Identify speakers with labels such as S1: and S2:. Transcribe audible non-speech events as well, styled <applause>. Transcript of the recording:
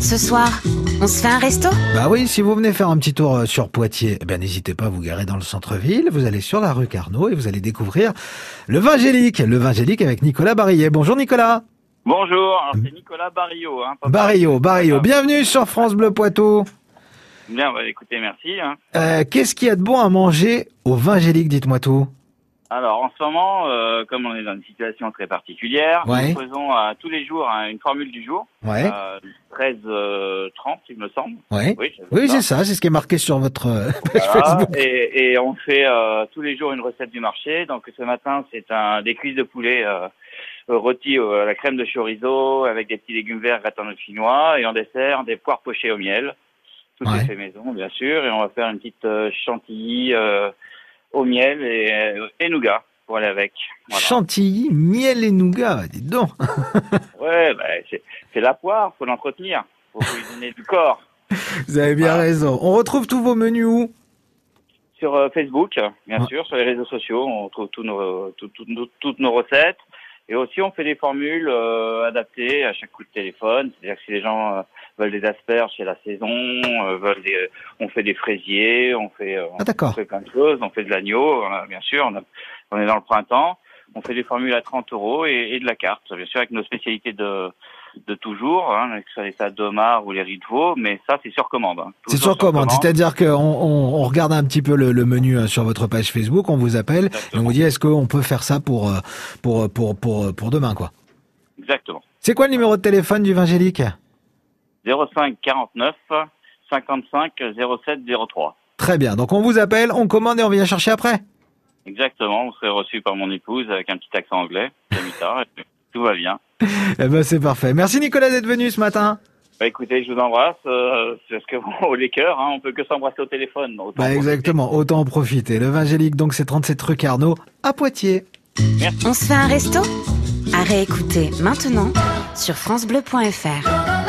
S1: ce soir On se fait un resto
S2: Bah oui, si vous venez faire un petit tour euh, sur Poitiers, eh ben n'hésitez pas à vous garer dans le centre-ville. Vous allez sur la rue Carnot et vous allez découvrir le Vingélique. Le Vingélique avec Nicolas Barillet. Bonjour Nicolas.
S3: Bonjour,
S2: Mmh.
S3: alors c'est Nicolas Barrio. Hein, papa.
S2: Barillo, Barillo. Bienvenue sur France Bleu Poitou.
S3: Bien, bah, écoutez, merci. hein.
S2: Euh, Qu'est-ce qu'il y a de bon à manger au Vingélique Dites-moi tout.
S3: Alors, en ce moment, euh, comme on est dans une situation très particulière,
S2: Ouais.
S3: nous faisons euh, tous les jours hein, une formule du jour,
S2: Ouais,
S3: euh, 13 euh, 30 il me semble.
S2: ouais.
S3: Oui, j'avais
S2: Oui,
S3: ça.
S2: c'est ça, c'est ce qui est marqué sur votre euh, <laughs> page
S3: Voilà.
S2: Facebook.
S3: Et, et on fait euh, tous les jours une recette du marché. Donc ce matin, c'est un des cuisses de poulet euh, rôti euh, à la crème de chorizo avec des petits légumes verts gratinés chinois et en dessert des poires pochées au miel. Tout
S2: Ouais.
S3: est fait maison, bien sûr. Et on va faire une petite euh, chantilly euh, au miel et, euh, et nougat pour aller avec. Voilà.
S2: Chantilly, miel et nougat, dites donc.
S3: Ouais, bah, c'est c'est la poire, faut l'entretenir, faut lui donner du corps.
S2: Vous avez bien
S3: Voilà.
S2: raison. On retrouve tous vos menus où
S3: Sur euh, Facebook, bien
S2: Ouais.
S3: sûr, sur les réseaux sociaux, on trouve tous nos, tout- tout- tout- toutes nos recettes. Et aussi, on fait des formules euh, adaptées à chaque coup de téléphone. C'est-à-dire que si les gens euh, veulent des asperges, c'est la saison. euh, veulent des, on fait des fraisiers, on fait, euh,
S2: Ah
S3: on
S2: d'accord.
S3: fait plein de choses. On fait de l'agneau, euh, bien sûr. On, a- on est dans le printemps. On fait des formules à 30 euros et, et de la carte. Bien sûr, avec nos spécialités de, de toujours, hein, que ce soit les salades d'Omar ou les riz de veau. Mais ça, c'est sur commande. hein.
S2: C'est
S3: Toujours
S2: sur commande, c'est-à-dire qu'on on, on regarde un petit peu le, le menu euh, sur votre page Facebook, on vous appelle, et on vous dit est-ce qu'on peut faire ça pour euh, pour pour pour euh, pour demain quoi.
S3: Exactement.
S2: C'est quoi le numéro de téléphone du Vingélique
S3: 05 49 55 07 03.
S2: Très bien, donc on vous appelle, on commande et on vient chercher après.
S3: Exactement, vous serez reçu par mon épouse avec un petit accent anglais, Camita, et puis tout va bien.
S2: Eh ben c'est parfait. Merci Nicolas d'être venu ce matin.
S3: Bah écoutez, je vous embrasse, euh, c'est parce que <laughs> bon, les cœurs, hein, on peut que s'embrasser au téléphone. autant
S2: Bah
S3: profiter.
S2: exactement, autant en profiter. Le Vingélique donc c'est 37 rue Carnot à Poitiers.
S1: On se fait un resto À réécouter maintenant sur francebleu.fr.